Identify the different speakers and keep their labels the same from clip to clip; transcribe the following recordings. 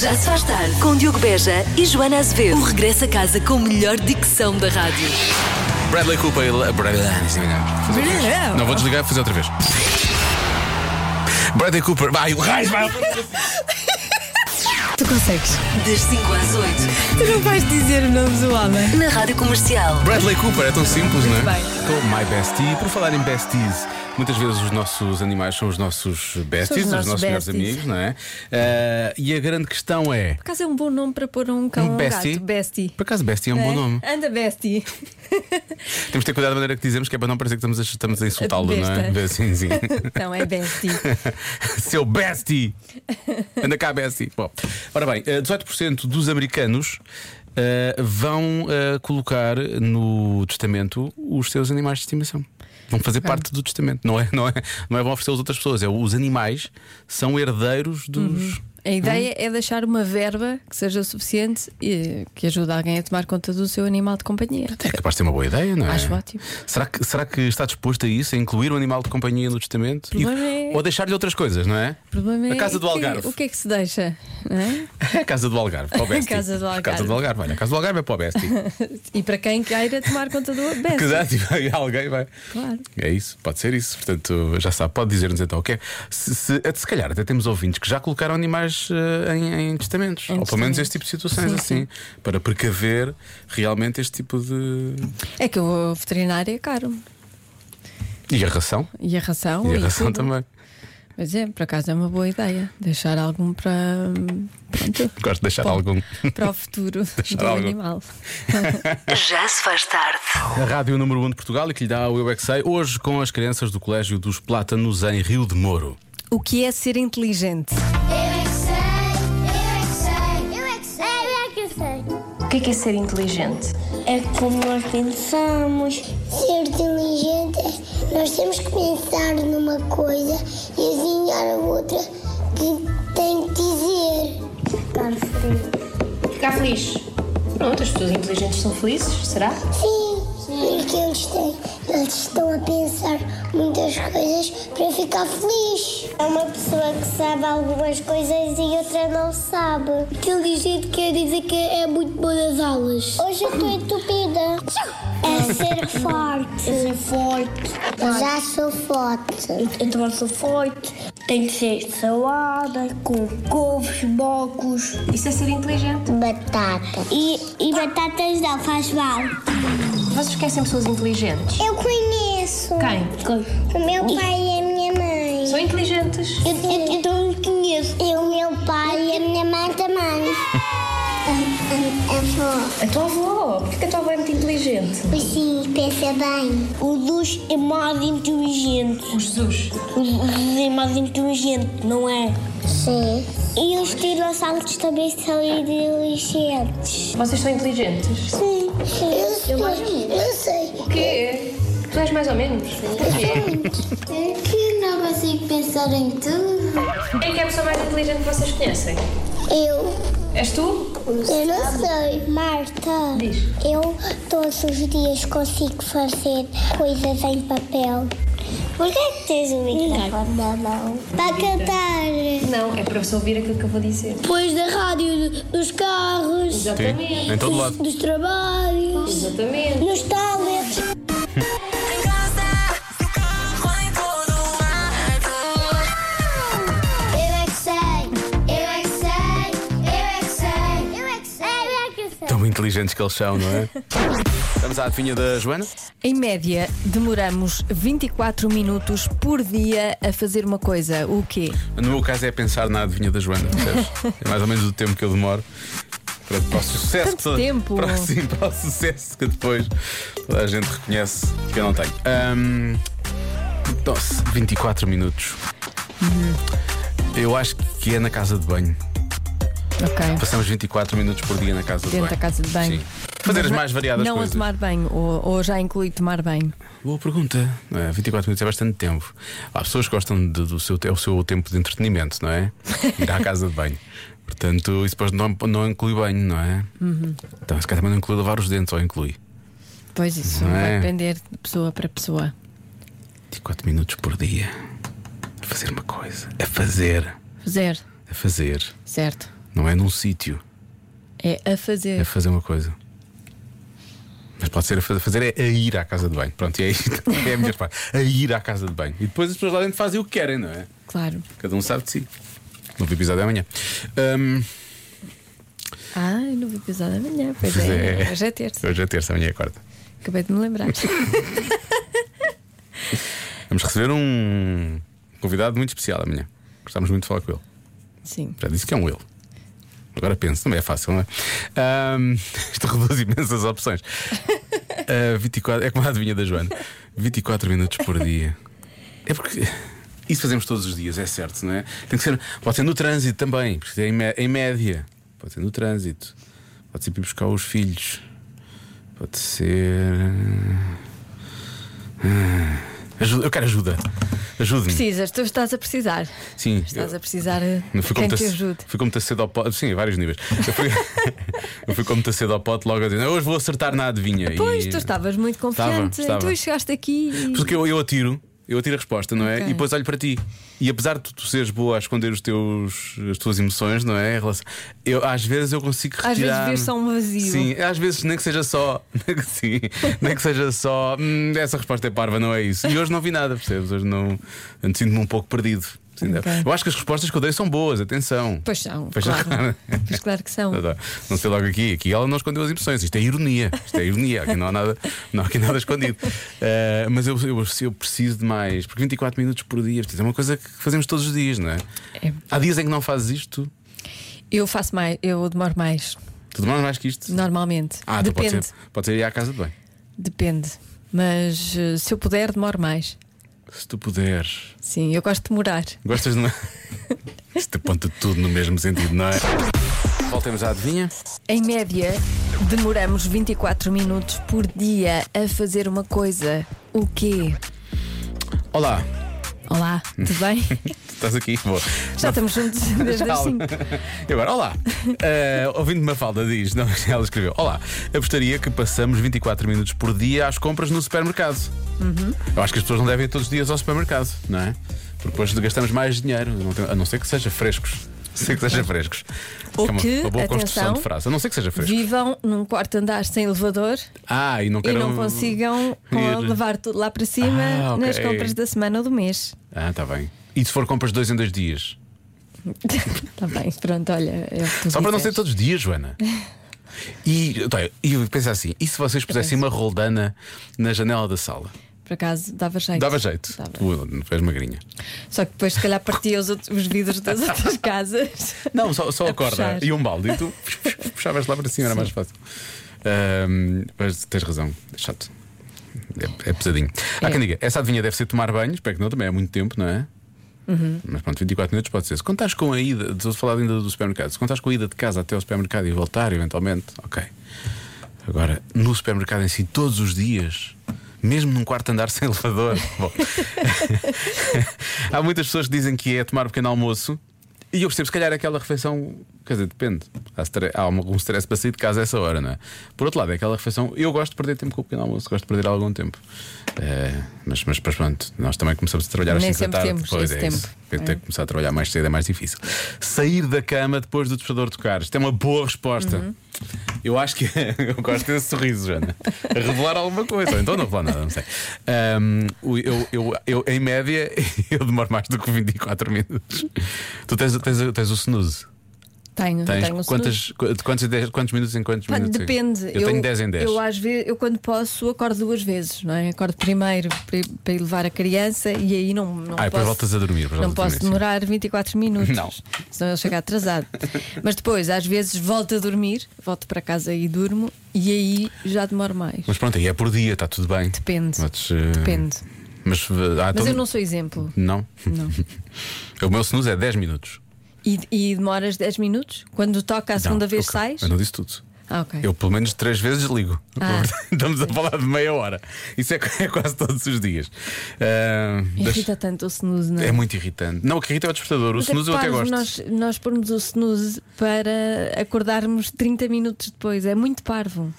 Speaker 1: Já se faz tarde com Diogo Beja e Joana Azevedo. O regresso a casa com a melhor dicção da rádio.
Speaker 2: Bradley Cooper e Le- Bradley- ah, é Fazer outra vez. Não vou desligar, vou fazer outra vez. Bradley Cooper, vai, o raio, vai.
Speaker 3: Tu consegues.
Speaker 1: Das 5 às 8,
Speaker 3: Tu não vais dizer o nome do homem.
Speaker 1: na Rádio Comercial.
Speaker 2: Bradley Cooper, é tão simples, não é?
Speaker 3: bem.
Speaker 2: Estou my bestie. Por falar em besties, muitas vezes os nossos animais são os nossos besties, os
Speaker 3: nossos
Speaker 2: nossos melhores
Speaker 3: besties.
Speaker 2: amigos, não é? Ah, e a grande questão é.
Speaker 3: Por acaso é um bom nome para pôr um cão
Speaker 2: Um
Speaker 3: ou um
Speaker 2: bestie?
Speaker 3: gato. Bestie.
Speaker 2: Por acaso, bestie é um bom
Speaker 3: É?
Speaker 2: nome.
Speaker 3: Anda, bestie.
Speaker 2: Temos de ter cuidado da maneira que dizemos, que é para não parecer que estamos a, estamos a insultá-lo, não é?
Speaker 3: Besta.
Speaker 2: Sim, sim.
Speaker 3: Não, é bestie.
Speaker 2: Seu bestie! Anda cá, bestie. Bom, ora bem, eh, 18% dos americanos eh, vão eh, colocar no testamento os seus animais de estimação. Vão fazer parte do testamento, não é? Não é, não é vão oferecer aos outras pessoas, é os animais são herdeiros dos.
Speaker 3: A ideia é deixar uma verba que seja suficiente e que ajude alguém a tomar conta do seu animal de companhia.
Speaker 2: É capaz de ter uma boa ideia, não é?
Speaker 3: Uhum. Acho ótimo.
Speaker 2: Será que, será que está disposto a isso, a incluir o animal de companhia no testamento? E-
Speaker 3: Problema é-
Speaker 2: Ou deixar-lhe outras coisas, não é?
Speaker 3: O problema
Speaker 2: A
Speaker 3: é
Speaker 2: casa do
Speaker 3: que-
Speaker 2: Algarve.
Speaker 3: o que é que se deixa? não é?
Speaker 2: É a casa do Algarve, para o Besti.
Speaker 3: Casa do Algarve.
Speaker 2: Casa do Algarve, olha, a casa do Algarve é para o Besti.
Speaker 3: E para quem queira tomar conta do
Speaker 2: Que
Speaker 3: bestie.
Speaker 2: dá, tipo, aí alguém vai.
Speaker 3: Claro.
Speaker 2: É isso, pode ser isso. Portanto, já sabe, pode dizer-nos então o que é. Se, se, até se calhar até temos ouvintes que já colocaram animais eh, em, em testamentos, ou pelo menos
Speaker 3: testamentos.
Speaker 2: este tipo de situações
Speaker 3: Sim,
Speaker 2: assim, para precaver realmente este tipo de.
Speaker 3: É que o veterinário é caro.
Speaker 2: E a ração.
Speaker 3: E a ração.
Speaker 2: E a ração
Speaker 3: tudo.
Speaker 2: também.
Speaker 3: Mas é, por acaso é uma boa ideia. Deixar algum para. Pronto.
Speaker 2: Gosto de deixar algum.
Speaker 3: para o futuro do
Speaker 2: algo.
Speaker 3: animal.
Speaker 1: Já se faz tarde.
Speaker 2: A Rádio número 1 de Portugal e que lhe dá o Eu é Que Sei, hoje com as crianças do Colégio dos Plátanos em Rio de Moro.
Speaker 3: O que é ser inteligente?
Speaker 4: Eu é que sei, eu é que sei, eu é que sei, eu é que sei.
Speaker 5: O que é, que é ser inteligente?
Speaker 4: É como nós pensamos. Ser inteligente, é nós temos que pensar numa coisa e adivinhar a outra que tem que dizer. Ficar feliz.
Speaker 5: Ficar feliz. Pronto, as pessoas inteligentes são felizes, será?
Speaker 4: Sim, porque eles, têm, eles estão a pensar muitas coisas para ficar feliz. É uma pessoa que sabe algumas coisas e outra não sabe. Inteligente quer dizer que é muito boa nas aulas. Hoje eu estou entupida. É ser forte. É ser forte. Eu já sou forte.
Speaker 6: Eu também sou forte. Tem que ser salada, com couves, bocos.
Speaker 5: Isso é ser inteligente.
Speaker 4: Batata. Tá. E, e batatas não faz mal.
Speaker 5: Vocês conhecem pessoas inteligentes?
Speaker 4: Eu conheço.
Speaker 5: Quem?
Speaker 4: O meu pai e a minha mãe.
Speaker 5: São inteligentes.
Speaker 4: Eu, eu, eu não conheço. E o meu pai e a minha mãe também. Avó,
Speaker 5: A tua avó. Porquê que a tua avó é muito inteligente?
Speaker 4: assim, pensa bem. O Luz é mais inteligente.
Speaker 5: O Jesus.
Speaker 4: O Luz é mais inteligente, não é? Sim. E os dinossauros também são inteligentes.
Speaker 5: Vocês são inteligentes?
Speaker 4: Sim, sim. Eu sei. Eu sei.
Speaker 5: O quê? Tu és mais ou menos? O
Speaker 4: Que não consigo pensar em tudo.
Speaker 5: quê? Quem é que é a pessoa mais inteligente que vocês conhecem?
Speaker 4: Eu.
Speaker 5: És tu?
Speaker 4: Eu não sei, Marta.
Speaker 5: Diz.
Speaker 4: Eu todos os dias consigo fazer coisas em papel. Por que é que tens o microfone na mão? Para cantar.
Speaker 5: Não, é para você ouvir aquilo que eu vou dizer.
Speaker 4: Depois da rádio, dos carros,
Speaker 2: Sim, em todo lado.
Speaker 4: dos trabalhos,
Speaker 5: Exatamente.
Speaker 4: nos tablets.
Speaker 1: Em casa, no carro, em todo lado.
Speaker 4: Eu é que sei, eu é que sei, eu é que sei, eu é que sei, eu é que sei.
Speaker 2: Tão inteligentes que eles são, não é? Vamos à adivinha da Joana?
Speaker 3: Em média, demoramos 24 minutos por dia a fazer uma coisa. O quê?
Speaker 2: No meu caso é pensar na adivinha da Joana, percebes? É mais ou menos o tempo que eu demoro para, para o sucesso
Speaker 3: Tanto
Speaker 2: que toda-
Speaker 3: tempo.
Speaker 2: Para, sim, para o sucesso que depois toda a gente reconhece que eu não tenho. Ahm, nossa, 24 minutos.
Speaker 3: Uhum.
Speaker 2: Eu acho que é na casa de banho.
Speaker 3: Ok.
Speaker 2: Passamos 24 minutos por dia na casa de banho.
Speaker 3: Dentro da casa de banho.
Speaker 2: Sim. Fazer
Speaker 3: Mas
Speaker 2: as
Speaker 3: não-
Speaker 2: mais variadas
Speaker 3: Não
Speaker 2: coisas.
Speaker 3: a tomar banho, ou, ou já inclui tomar banho.
Speaker 2: Boa pergunta. Não é? 24 minutos é bastante tempo. Há pessoas que gostam de- do seu, te- é o seu tempo de entretenimento, não é? Ir à casa de banho. Portanto, isso depois não, não inclui banho, não é? Então, se calhar também não inclui lavar os dentes, ou inclui.
Speaker 3: Pois isso,
Speaker 2: Não
Speaker 3: vai
Speaker 2: é?
Speaker 3: depender de pessoa para pessoa.
Speaker 2: 24 minutos por dia. A fazer uma coisa. A fazer.
Speaker 3: Fazer,
Speaker 2: A fazer.
Speaker 3: certo.
Speaker 2: Não é num sítio,
Speaker 3: É a fazer.
Speaker 2: é fazer uma coisa. Mas pode ser a fa- fazer é a ir à casa de banho. Pronto, e é isto. É a minha resposta. A ir à casa de banho. E depois as pessoas lá dentro fazem o que querem, não é?
Speaker 3: Claro.
Speaker 2: Cada um sabe de si. Novo episódio é amanhã. Hum, Ahm,
Speaker 3: Ai, não vou pisar da manhã. Pois é, hoje é terça.
Speaker 2: Hoje é terça, amanhã é quarta.
Speaker 3: Acabei de me lembrar.
Speaker 2: Vamos receber um convidado muito especial amanhã. Gostávamos muito de falar com ele.
Speaker 3: Sim.
Speaker 2: Já disse que é um ele. Agora penso, também é fácil, não é? Ahm, isto reduz imensas opções. Ah, 24, é como a adivinha da Joana. 24 minutos por dia. É porque. Isso fazemos todos os dias, é certo, não é? Tem que ser. Pode ser no trânsito também, porque é em, mé- em média. Pode ser no trânsito. Pode ser para ir buscar os filhos. Pode ser. Ah, ajuda- eu quero ajuda. Ajude-me.
Speaker 3: Precisas, tu estás a precisar.
Speaker 2: Sim.
Speaker 3: Estás
Speaker 2: eu-
Speaker 3: a precisar eh,
Speaker 2: não
Speaker 3: de
Speaker 2: fui
Speaker 3: quem
Speaker 2: como
Speaker 3: te ajude.
Speaker 2: Fui como cedo ao pote, sim, a vários níveis. Eu fui, eu fui como cedo ao pote logo a dizer, "Não, hoje vou acertar na adivinha.
Speaker 3: Pois,
Speaker 2: E-
Speaker 3: tu estavas muito
Speaker 2: Estava,
Speaker 3: confiante.
Speaker 2: estava.
Speaker 3: Tu chegaste aqui e.
Speaker 2: Porque eu, eu atiro, eu atiro a resposta, não é?
Speaker 3: Ok.
Speaker 2: E depois olho para ti. E apesar de tu, tu seres boa a esconder os teus, as tuas emoções, não é? Em relação- eu, às vezes eu consigo retirar.
Speaker 3: Às vezes vês só um vazio.
Speaker 2: Sim, às vezes nem que seja só. Sim, nem que seja só. "Hum, essa resposta é parva, não é isso. E hoje não vi nada, percebes? Hoje não. eu Sinto-me um pouco perdido. Sim,
Speaker 3: Ok.
Speaker 2: Eu acho que as respostas que eu dei são boas, atenção.
Speaker 3: Pois são,
Speaker 2: Pois
Speaker 3: claro.
Speaker 2: são.
Speaker 3: Pois claro que são.
Speaker 2: Tá, tá. Não sei logo aqui, aqui ela não escondeu as impressões. Isto é ironia, isto é ironia, aqui não há nada, não há aqui nada escondido. Eh, mas eu, eu, eu preciso de mais, porque 24 minutos por dia isto é uma coisa que fazemos todos os dias, não é?
Speaker 3: É.
Speaker 2: Há dias em que não fazes isto,
Speaker 3: Eu faço mais, eu demoro mais,
Speaker 2: tu demoras mais que isto.
Speaker 3: normalmente.
Speaker 2: Ah, então pode
Speaker 3: depende,
Speaker 2: ser, pode ser ir à casa de bem.
Speaker 3: depende. Mas eh, se eu puder, demoro mais.
Speaker 2: Se tu puderes,
Speaker 3: Sim, eu gosto de demorar.
Speaker 2: gostas de. isto aponta tudo no mesmo sentido, não é? Voltemos à adivinha.
Speaker 3: Em média, demoramos 24 minutos por dia a fazer uma coisa. O quê?
Speaker 2: Olá,
Speaker 3: Olá, tudo bem?
Speaker 2: estás aqui? Boa.
Speaker 3: Já estamos juntos desde as 5.
Speaker 2: E agora, olá! Eh, ouvindo uma falda diz, não, ela escreveu: Olá, apostaria que passamos 24 minutos por dia às compras no supermercado.
Speaker 3: Uhum.
Speaker 2: Eu acho que as pessoas não devem ir todos os dias ao supermercado, não é? Porque depois gastamos mais dinheiro, não tem- a não ser que seja frescos. A não ser que seja frescos.
Speaker 3: Ou
Speaker 2: é uma,
Speaker 3: que,
Speaker 2: uma boa construção
Speaker 3: atenção,
Speaker 2: de frase. A não ser que seja fresco.
Speaker 3: Vivam num quarto andar sem elevador
Speaker 2: Ah, e não
Speaker 3: e
Speaker 2: quero.
Speaker 3: não consigam eh,
Speaker 2: ir.
Speaker 3: levar tudo lá para cima
Speaker 2: Ah, ok.
Speaker 3: nas compras da semana ou do mês.
Speaker 2: Ah, está bem. E se for compras dois em dois dias?
Speaker 3: Está Tá bem, pronto, olha. é o que tu
Speaker 2: Só para não ser
Speaker 3: disseste.
Speaker 2: todos os dias, Joana. E, tá, e eu penso assim: e se vocês pusessem uma roldana na janela da sala?
Speaker 3: Por acaso dava jeito.
Speaker 2: Dava jeito.
Speaker 3: É Dava.
Speaker 2: Tu não fez magrinha.
Speaker 3: Só que depois, se calhar, partia os, outros- os vidros das outras casas.
Speaker 2: Não, só, só
Speaker 3: A
Speaker 2: a corda
Speaker 3: puxar.
Speaker 2: e um balde. E tu puxavas lá para cima, era mais fácil. Ahm, mas tens razão, é chato. É, é pesadinho. Há
Speaker 3: É.
Speaker 2: quem diga, essa adivinha deve ser tomar banho, espero que não, também é muito tempo, não é?
Speaker 3: Uhum.
Speaker 2: Mas pronto, 24 minutos pode ser. Se contares com a ida, estou a falar ainda do supermercado, se contares com a ida de casa até ao supermercado e voltar, eventualmente, ok. Agora, no supermercado em si, todos os dias, mesmo num quarto andar sem elevador. Bom. Há muitas pessoas que dizem que é tomar um pequeno almoço. E eu percebo, se calhar aquela refeição, quer dizer, depende. Há, stre- há algum stress para sair de casa a essa hora, não é? Por outro lado, é aquela refeição. Eu gosto de perder tempo com o pequeno almoço, gosto de perder algum tempo. Eh, mas, mas, mas pronto, nós também começamos a trabalhar às 5
Speaker 3: Nem
Speaker 2: da
Speaker 3: sempre
Speaker 2: tarde.
Speaker 3: temos
Speaker 2: pois
Speaker 3: esse
Speaker 2: é
Speaker 3: tempo.
Speaker 2: isso. Tem que começar a trabalhar mais cedo, é mais difícil. Sair da cama depois do despertador tocar. Isto é uma boa resposta.
Speaker 3: Uhum.
Speaker 2: Eu acho que eu gosto desse sorriso, Jana. A revelar alguma coisa. Ou Então não vou nada, não sei. Ahm, o- eu, eu, eu, em média, eu demoro mais do que 24 minutos. Tu tens, tens, tens o snooze.
Speaker 3: Tenho,
Speaker 2: Tens
Speaker 3: tenho um
Speaker 2: quantas, qu- de quantos, em dez- quantos minutos em quantos
Speaker 3: Pá,
Speaker 2: minutos? é que-
Speaker 3: Depende.
Speaker 2: Eu, tenho 10 em 10.
Speaker 3: Eu, às vezes, eu quando posso, acordo duas vezes, não é? Acordo primeiro para ir- para ir levar a criança e aí não, não
Speaker 2: Ah, e depois
Speaker 3: posso.
Speaker 2: voltas a dormir, depois
Speaker 3: Não
Speaker 2: voltas a
Speaker 3: posso
Speaker 2: dormir, sim.
Speaker 3: demorar 24 minutos.
Speaker 2: Não.
Speaker 3: Senão ele chega atrasado. Mas depois, às vezes, volto a dormir, volto para casa e durmo e aí já demoro mais.
Speaker 2: Mas pronto, aí é por dia, está tudo bem.
Speaker 3: Depende.
Speaker 2: Mas, eh,
Speaker 3: Depende.
Speaker 2: Mas, eh, há
Speaker 3: Mas
Speaker 2: todo-
Speaker 3: eu não sou exemplo.
Speaker 2: Não.
Speaker 3: Não.
Speaker 2: o meu snooze é 10 minutos.
Speaker 3: E, e demoras 10 minutos? Quando toca a segunda
Speaker 2: Não,
Speaker 3: vez
Speaker 2: ok.
Speaker 3: sais?
Speaker 2: Eu não disse tudo.
Speaker 3: Ah, ok.
Speaker 2: Eu pelo menos três vezes ligo.
Speaker 3: Ah.
Speaker 2: Estamos a falar de meia hora. Isso é, é quase todos os dias. Ah,
Speaker 3: Irrita
Speaker 2: deixa-
Speaker 3: tanto o snooze, não é?
Speaker 2: É muito irritante. Não, o que irrita é o despertador. O
Speaker 3: Mas é
Speaker 2: snooze eu até
Speaker 3: parvo
Speaker 2: gosto.
Speaker 3: Nós, nós pormos o snooze para acordarmos 30 minutos depois. É muito parvo.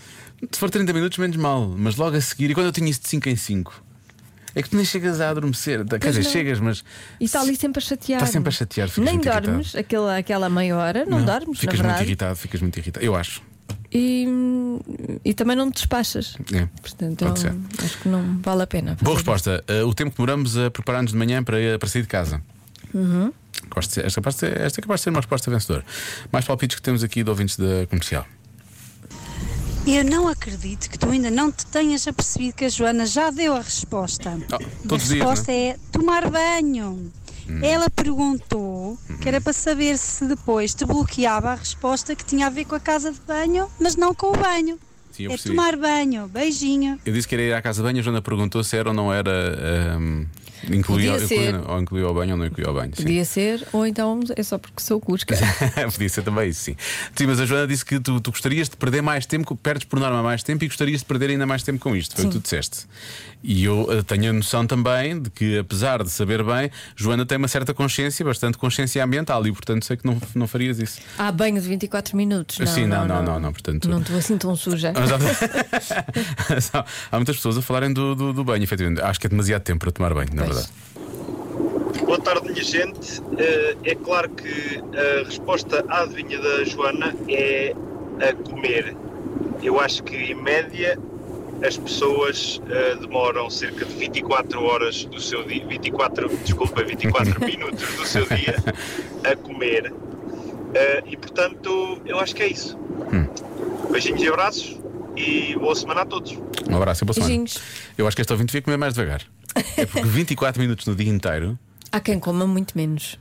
Speaker 2: Se for 30 minutos, menos mal. Mas logo a seguir, e quando eu tinha isso de 5 em 5? É que tu nem chegas a adormecer. Quer dizer,
Speaker 3: não.
Speaker 2: chegas, mas.
Speaker 3: E está ali sempre a chatear.
Speaker 2: Está sempre a chatear, ficas
Speaker 3: Nem
Speaker 2: muito irritado.
Speaker 3: dormes aquela, aquela meia hora, não, dormes,
Speaker 2: Ficas
Speaker 3: na
Speaker 2: muito
Speaker 3: verdade.
Speaker 2: irritado, ficas muito irritado. Eu acho.
Speaker 3: E, e também não te despachas.
Speaker 2: É.
Speaker 3: Portanto,
Speaker 2: Pode
Speaker 3: eu acho que não vale a pena.
Speaker 2: Boa
Speaker 3: fazer.
Speaker 2: resposta. Eh, o tempo que demoramos a preparar-nos de manhã para, para sair de casa.
Speaker 3: Uhum.
Speaker 2: Gosto de ser- esta, é capaz de ser, esta é capaz de ser uma resposta vencedora. Mais palpites que temos aqui de ouvintes da comercial.
Speaker 7: Eu não acredito que tu ainda não te tenhas apercebido que a Joana já deu a resposta.
Speaker 2: Ah,
Speaker 7: a
Speaker 2: todos os dias. Hum.
Speaker 7: resposta
Speaker 2: né?
Speaker 7: é tomar banho. Ela perguntou que
Speaker 2: Hum.
Speaker 7: era para saber se depois te bloqueava a resposta que tinha a ver com a casa de banho, mas não com o banho.
Speaker 2: Sim, eu
Speaker 7: é
Speaker 2: percebi.
Speaker 7: tomar banho. Beijinho.
Speaker 2: Eu disse que era ir à casa de banho, a Joana perguntou se era ou não era. ehm, incluía,
Speaker 3: Podia ser.
Speaker 2: incluía- ou incluía o banho ou não incluía o banho. Sim.
Speaker 3: Podia ser, ou então é só porque sou cusca.
Speaker 2: Podia ser também isso, sim. Sim, mas a Joana disse que tu, tu gostarias de perder mais tempo, perdes por norma mais tempo e gostarias de perder ainda mais tempo com isto. Foi o que tu disseste. E eu eh, tenho a noção também de que, apesar de saber bem, Joana tem uma certa consciência, bastante consciência ambiental e, portanto, sei que não, não farias isso.
Speaker 3: Há banho de 24 minutos. Não,
Speaker 2: Sim, não,
Speaker 3: não,
Speaker 2: não, não, não, portanto-
Speaker 3: Não estou assim tão suja.
Speaker 2: Mas há, há muitas pessoas a falarem do, do, do banho, efetivamente. Acho que é demasiado tempo para tomar banho, na
Speaker 3: Pois.
Speaker 2: verdade.
Speaker 8: Boa tarde, minha gente. Eh, É claro que a resposta à adivinha da Joana é a comer. Eu acho que, em média, as pessoas eh, demoram cerca de 24 horas do seu dia, 24, desculpa, 24 minutos do seu dia a comer. Eh, E, portanto, eu acho que é isso. Beijinhos e abraços e boa semana a todos.
Speaker 2: Um abraço e boa semana.
Speaker 3: Beijinhos.
Speaker 2: Eu acho que este ouvinte devia comer mais devagar. É porque 24 minutos no dia inteiro
Speaker 3: Há quem coma muito menos.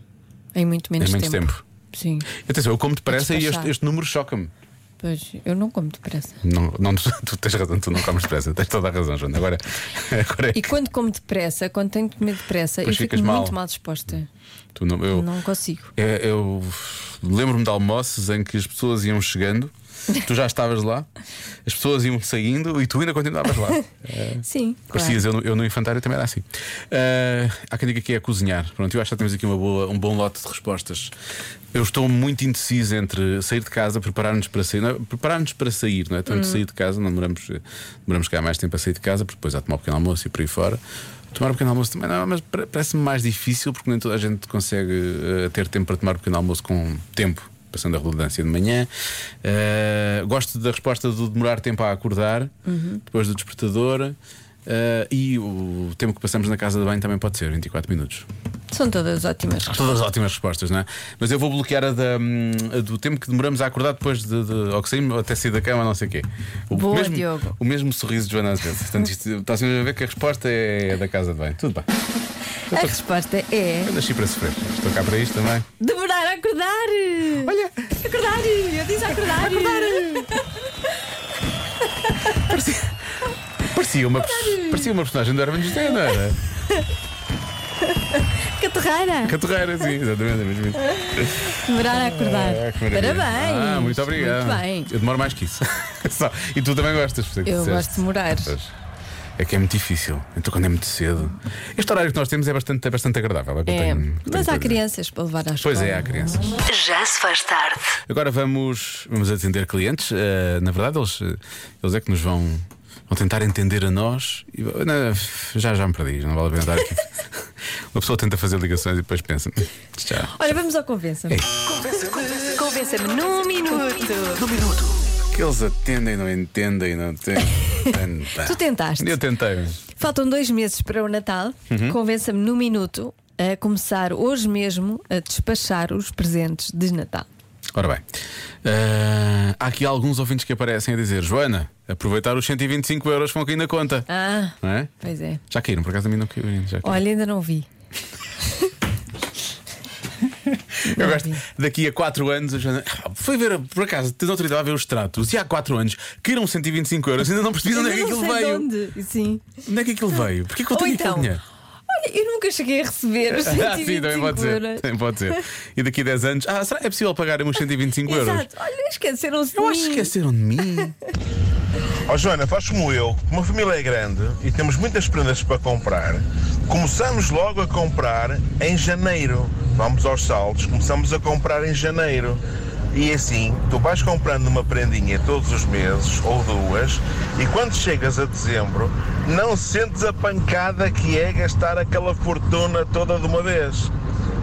Speaker 3: Em muito menos
Speaker 2: é muito
Speaker 3: tempo.
Speaker 2: tempo.
Speaker 3: Sim.
Speaker 2: Atenção, eu como depressa e este,
Speaker 3: despachar.
Speaker 2: este número choca-me.
Speaker 3: Pois eu não como depressa.
Speaker 2: Não, não, tu, tu tens razão, tu não comes depressa, tens toda a razão, Joana. Agora, agora é
Speaker 3: E
Speaker 2: que
Speaker 3: quando como depressa, quando tenho de comer depressa,
Speaker 2: Pois
Speaker 3: eu fico
Speaker 2: ficas mal. Oh.
Speaker 3: muito mal disposta.
Speaker 2: tu não. Eu,
Speaker 3: Não consigo.
Speaker 2: é- eu lembro-me de almoços em que as pessoas iam chegando, tu já estavas lá, as pessoas iam saindo e tu ainda continuavas lá.
Speaker 3: Sim.
Speaker 2: Parecias, eu, no- eu no infantário também era assim. Ah, há quem diga que é cozinhar. Pronto, eu acho que já temos aqui uma boa, um bom lote de respostas. Eu estou muito indeciso entre sair de casa, preparar-nos para sair. não é? Preparar-nos para sair, não é? Tanto sair de casa, não demoramos, eh, demoramos cá mais tempo a sair de casa, porque depois há de tomar um pequeno almoço e por aí fora. Tomar um pequeno almoço também, não, mas pare- parece-me mais difícil porque nem toda a gente consegue eh, ter tempo para tomar um pequeno almoço com tempo, passando a redundância de manhã. Ah, gosto da resposta do demorar tempo a acordar, depois do despertador. Ah, e o tempo que passamos na casa de banho também pode ser 24 minutos.
Speaker 3: São todas ótimas.
Speaker 2: Todas ótimas respostas, não é? Mas eu vou bloquear a, da, hum, a do tempo que demoramos a acordar depois de, de ou que saímos, ou até sair da cama, não sei o quê. O
Speaker 3: Boa,
Speaker 2: mesmo,
Speaker 3: Diogo.
Speaker 2: O mesmo sorriso de Joana Azevedo. Portanto, isto, está-se mesmo a ver que a resposta é da casa de banho. Tudo bem.
Speaker 3: A resposta é.
Speaker 2: Eu nasci para sofrer. Estou cá para isto também.
Speaker 3: Demorar a acordar!
Speaker 2: Olha,
Speaker 3: Acordar! Eu disse acordar!
Speaker 2: parecia uma, pers- parecia uma personagem do Herman José, não era?
Speaker 3: Caterreira!
Speaker 2: Catorreira, sim, exatamente. é mesmo isso.
Speaker 3: Demorar a acordar!
Speaker 2: Ah, que maravilha.
Speaker 3: Parabéns!
Speaker 2: Ah, muito obrigado.
Speaker 3: Muito bem!
Speaker 2: Eu demoro mais que isso. Só- E tu também gostas, por isso é que
Speaker 3: Eu
Speaker 2: disseste.
Speaker 3: gosto de demorar.
Speaker 2: Pois. É que é muito difícil. Então, quando é muito cedo. Este horário que nós temos é bastante, é bastante agradável. é que eu
Speaker 3: É,
Speaker 2: tenho- tenho
Speaker 3: mas
Speaker 2: que
Speaker 3: há
Speaker 2: dizer.
Speaker 3: crianças para levar à escola.
Speaker 2: Pois é, há crianças.
Speaker 1: Já se faz tarde.
Speaker 2: Agora vamos, vamos atender clientes. Eh, na verdade, eles, eh, eles é que nos vão, vão tentar entender a nós. E va- não, já, já me perdi, não vale a pena estar aqui. Uma pessoa tenta fazer ligações e depois pensa. "Isto Já.
Speaker 3: Olha, vamos ao convença-me. Convença-me num minuto.
Speaker 2: Que eles atendem, não entendem, não têm. Tanta.
Speaker 3: Tu tentaste.
Speaker 2: Eu Uhum. tentei. mas-
Speaker 3: Faltam dois meses para o Natal. Convença-me num minuto a começar hoje mesmo a despachar os presentes de Natal.
Speaker 2: Ora bem, eh, há aqui alguns ouvintes que aparecem a dizer: Joana, aproveitar os 125 euros com aqui na conta.
Speaker 3: Ah,
Speaker 2: Não é?
Speaker 3: pois é.
Speaker 2: Já caíram, por acaso a mim não caíram. ainda, Já caíram.
Speaker 3: Olha, ainda não vi.
Speaker 2: Eu gosto. Daqui a 4 anos, a Joana. "Ah, Foi ver, por acaso, tens autoridade a ver os tratos. E há 4 anos caíram 125 euros, ainda não percebi de onde é que
Speaker 3: Ainda
Speaker 2: aquilo
Speaker 3: não sei de
Speaker 2: veio.
Speaker 3: onde. Sim.
Speaker 2: Onde é que aquilo veio? Porquê que eu
Speaker 3: Ou
Speaker 2: tenho
Speaker 3: então,
Speaker 2: aquele dinheiro?
Speaker 3: olha, eu nunca cheguei a receber os
Speaker 2: Ah, sim,
Speaker 3: 125
Speaker 2: também pode ser.
Speaker 3: euros.
Speaker 2: Também pode ser. E daqui a 10 anos, ah, será que é possível pagar os 125 euros?
Speaker 3: Exato. Olha, esqueceram-se de
Speaker 2: Eu acho
Speaker 3: mim.
Speaker 2: que esqueceram de mim.
Speaker 9: Ó Joana, faz como eu, uma família é grande e temos muitas prendas para comprar. Começamos logo a comprar em janeiro. Vamos aos saldos, começamos a comprar em janeiro. E assim, tu vais comprando uma prendinha todos os meses, ou duas, e quando chegas a dezembro, não sentes a pancada que é gastar aquela fortuna toda de uma vez.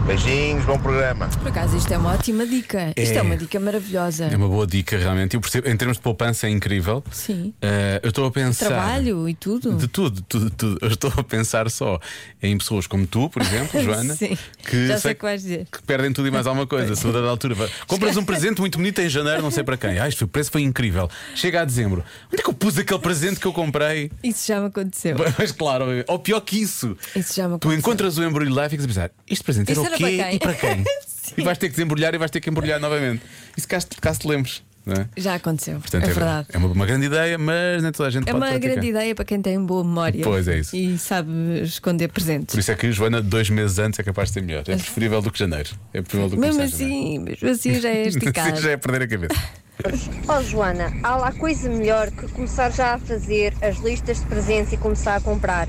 Speaker 9: Beijinhos, bom programa.
Speaker 3: Por acaso, isto é uma ótima dica. Isto é,
Speaker 2: É.
Speaker 3: uma dica maravilhosa.
Speaker 2: É uma boa dica, realmente. Eu percebo, em termos de poupança é incrível.
Speaker 3: Sim.
Speaker 2: Eh, eu estou a pensar.
Speaker 3: Trabalho e tudo.
Speaker 2: De tudo, tudo, tudo. Eu estou a pensar só em pessoas como tu, por exemplo, Joana,
Speaker 3: Sim.
Speaker 2: que,
Speaker 3: Já sei o que vais dizer.
Speaker 2: que perdem tudo e mais alguma coisa. A segunda da altura. vai- Compras um presente muito bonito em janeiro, não sei para quem. Ah, isto, o preço foi incrível. Chega a dezembro. Onde é que eu pus aquele presente que eu comprei?
Speaker 3: Isso já me aconteceu.
Speaker 2: Mas claro, ou pior que isso,
Speaker 3: Isso já me
Speaker 2: tu
Speaker 3: aconteceu.
Speaker 2: encontras o embrulho lá e ficas a pensar: este presente
Speaker 3: Isso
Speaker 2: era o
Speaker 3: era
Speaker 2: quê
Speaker 3: para quem?
Speaker 2: e para quem?
Speaker 3: Sim.
Speaker 2: e vais ter que desembrulhar e vais ter que embrulhar novamente. Isso caso, caso te lembres, não é?
Speaker 3: Já aconteceu.
Speaker 2: Portanto,
Speaker 3: é verdade.
Speaker 2: É uma, uma grande ideia, mas nem toda a gente
Speaker 3: É
Speaker 2: pode
Speaker 3: uma
Speaker 2: praticar.
Speaker 3: grande ideia para quem tem boa memória.
Speaker 2: Pois é isso.
Speaker 3: E sabe esconder presentes.
Speaker 2: Por isso é que Joana, dois meses antes é capaz de ser melhor. É preferível do que janeiro. É preferível do que
Speaker 3: Mesmo
Speaker 2: começar em janeiro.
Speaker 3: assim, mesmo assim já é esticado.
Speaker 2: Assim já é perder a cabeça.
Speaker 10: Oh Joana, há lá coisa melhor que começar já a fazer as listas de presentes e começar a comprar.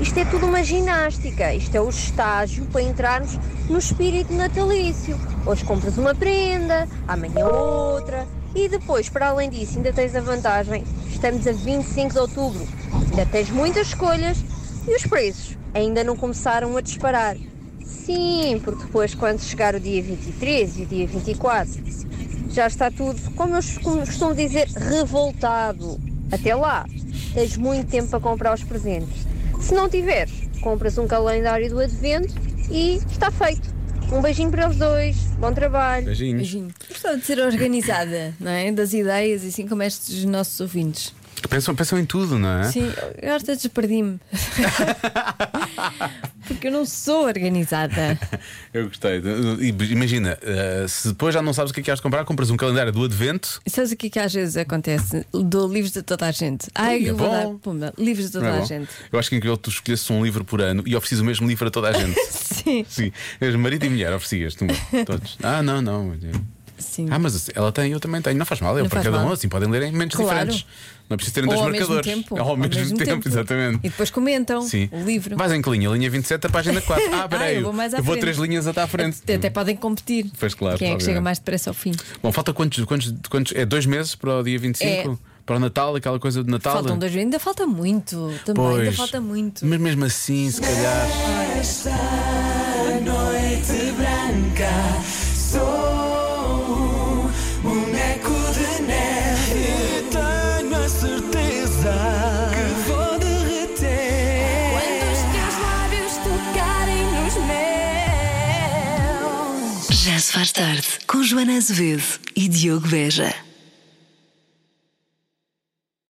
Speaker 10: Isto é tudo uma ginástica, isto é o estágio para entrarmos no espírito natalício. Hoje compras uma prenda, amanhã outra, e depois, para além disso, ainda tens a vantagem. Estamos a 25 de outubro, ainda tens muitas escolhas e os preços ainda não começaram a disparar. Sim, porque depois, quando chegar o dia 23 e o dia 24, já está tudo, como eu costumo dizer, revoltado. Até lá, tens muito tempo para comprar os presentes. Se não tiveres, compras um calendário do advento e está feito. Um beijinho para os dois, bom trabalho.
Speaker 2: Beijinhos.
Speaker 3: Imagino. Gostava de ser organizada, não é? Das ideias, e assim como estes nossos ouvintes.
Speaker 2: Pensam, pensam em tudo, não é?
Speaker 3: Sim, eu às vezes perdi-me. Porque eu não sou organizada.
Speaker 2: Eu gostei. E Imagina, eh, se depois já não sabes o que é que has de comprar, compras um calendário do advento.
Speaker 3: E sabes o que é que às vezes acontece? Dou livros de toda a gente. Ai,
Speaker 2: Ui, é
Speaker 3: eu vou
Speaker 2: bom.
Speaker 3: dar pumba, livros de
Speaker 2: não
Speaker 3: toda
Speaker 2: é
Speaker 3: a
Speaker 2: bom?
Speaker 3: gente.
Speaker 2: Eu acho que é incrível que tu escolhesse um livro por ano e ofereces o mesmo livro a toda a gente.
Speaker 3: Sim,
Speaker 2: Sim, És marido e mulher, oferecias tu, todos. Ah, não, não.
Speaker 3: sim.
Speaker 2: Ah, mas ela tem, eu também tenho. Não faz mal, é
Speaker 3: Não
Speaker 2: para
Speaker 3: faz
Speaker 2: cada um,
Speaker 3: mal.
Speaker 2: assim podem ler em momentos
Speaker 3: Claro.
Speaker 2: diferentes. Não é preciso terem
Speaker 3: Ou
Speaker 2: dois
Speaker 3: ao mesmo
Speaker 2: marcadores.
Speaker 3: tempo.
Speaker 2: É ao, mesmo, tempo, exatamente.
Speaker 3: E depois comentam
Speaker 2: Sim.
Speaker 3: o livro.
Speaker 2: Vais em que linha? Linha 27, a página 4. Ah, peraí.
Speaker 3: eu vou mais à
Speaker 2: eu vou
Speaker 3: frente.
Speaker 2: três linhas até à frente.
Speaker 3: Até, até podem competir.
Speaker 2: Pois claro,
Speaker 3: Quem é que
Speaker 2: obviamente.
Speaker 3: chega mais depressa ao fim?
Speaker 2: Bom, falta quantos, quantos, quantos? É dois meses para o dia 25? Para o Natal, aquela coisa de Natal?
Speaker 3: É. Faltam dois, ainda falta muito. Também
Speaker 2: Pois.
Speaker 3: ainda falta muito.
Speaker 2: Mas mesmo assim, se calhar.
Speaker 1: Já se faz tarde com Joana Azevedo e Diogo Veja.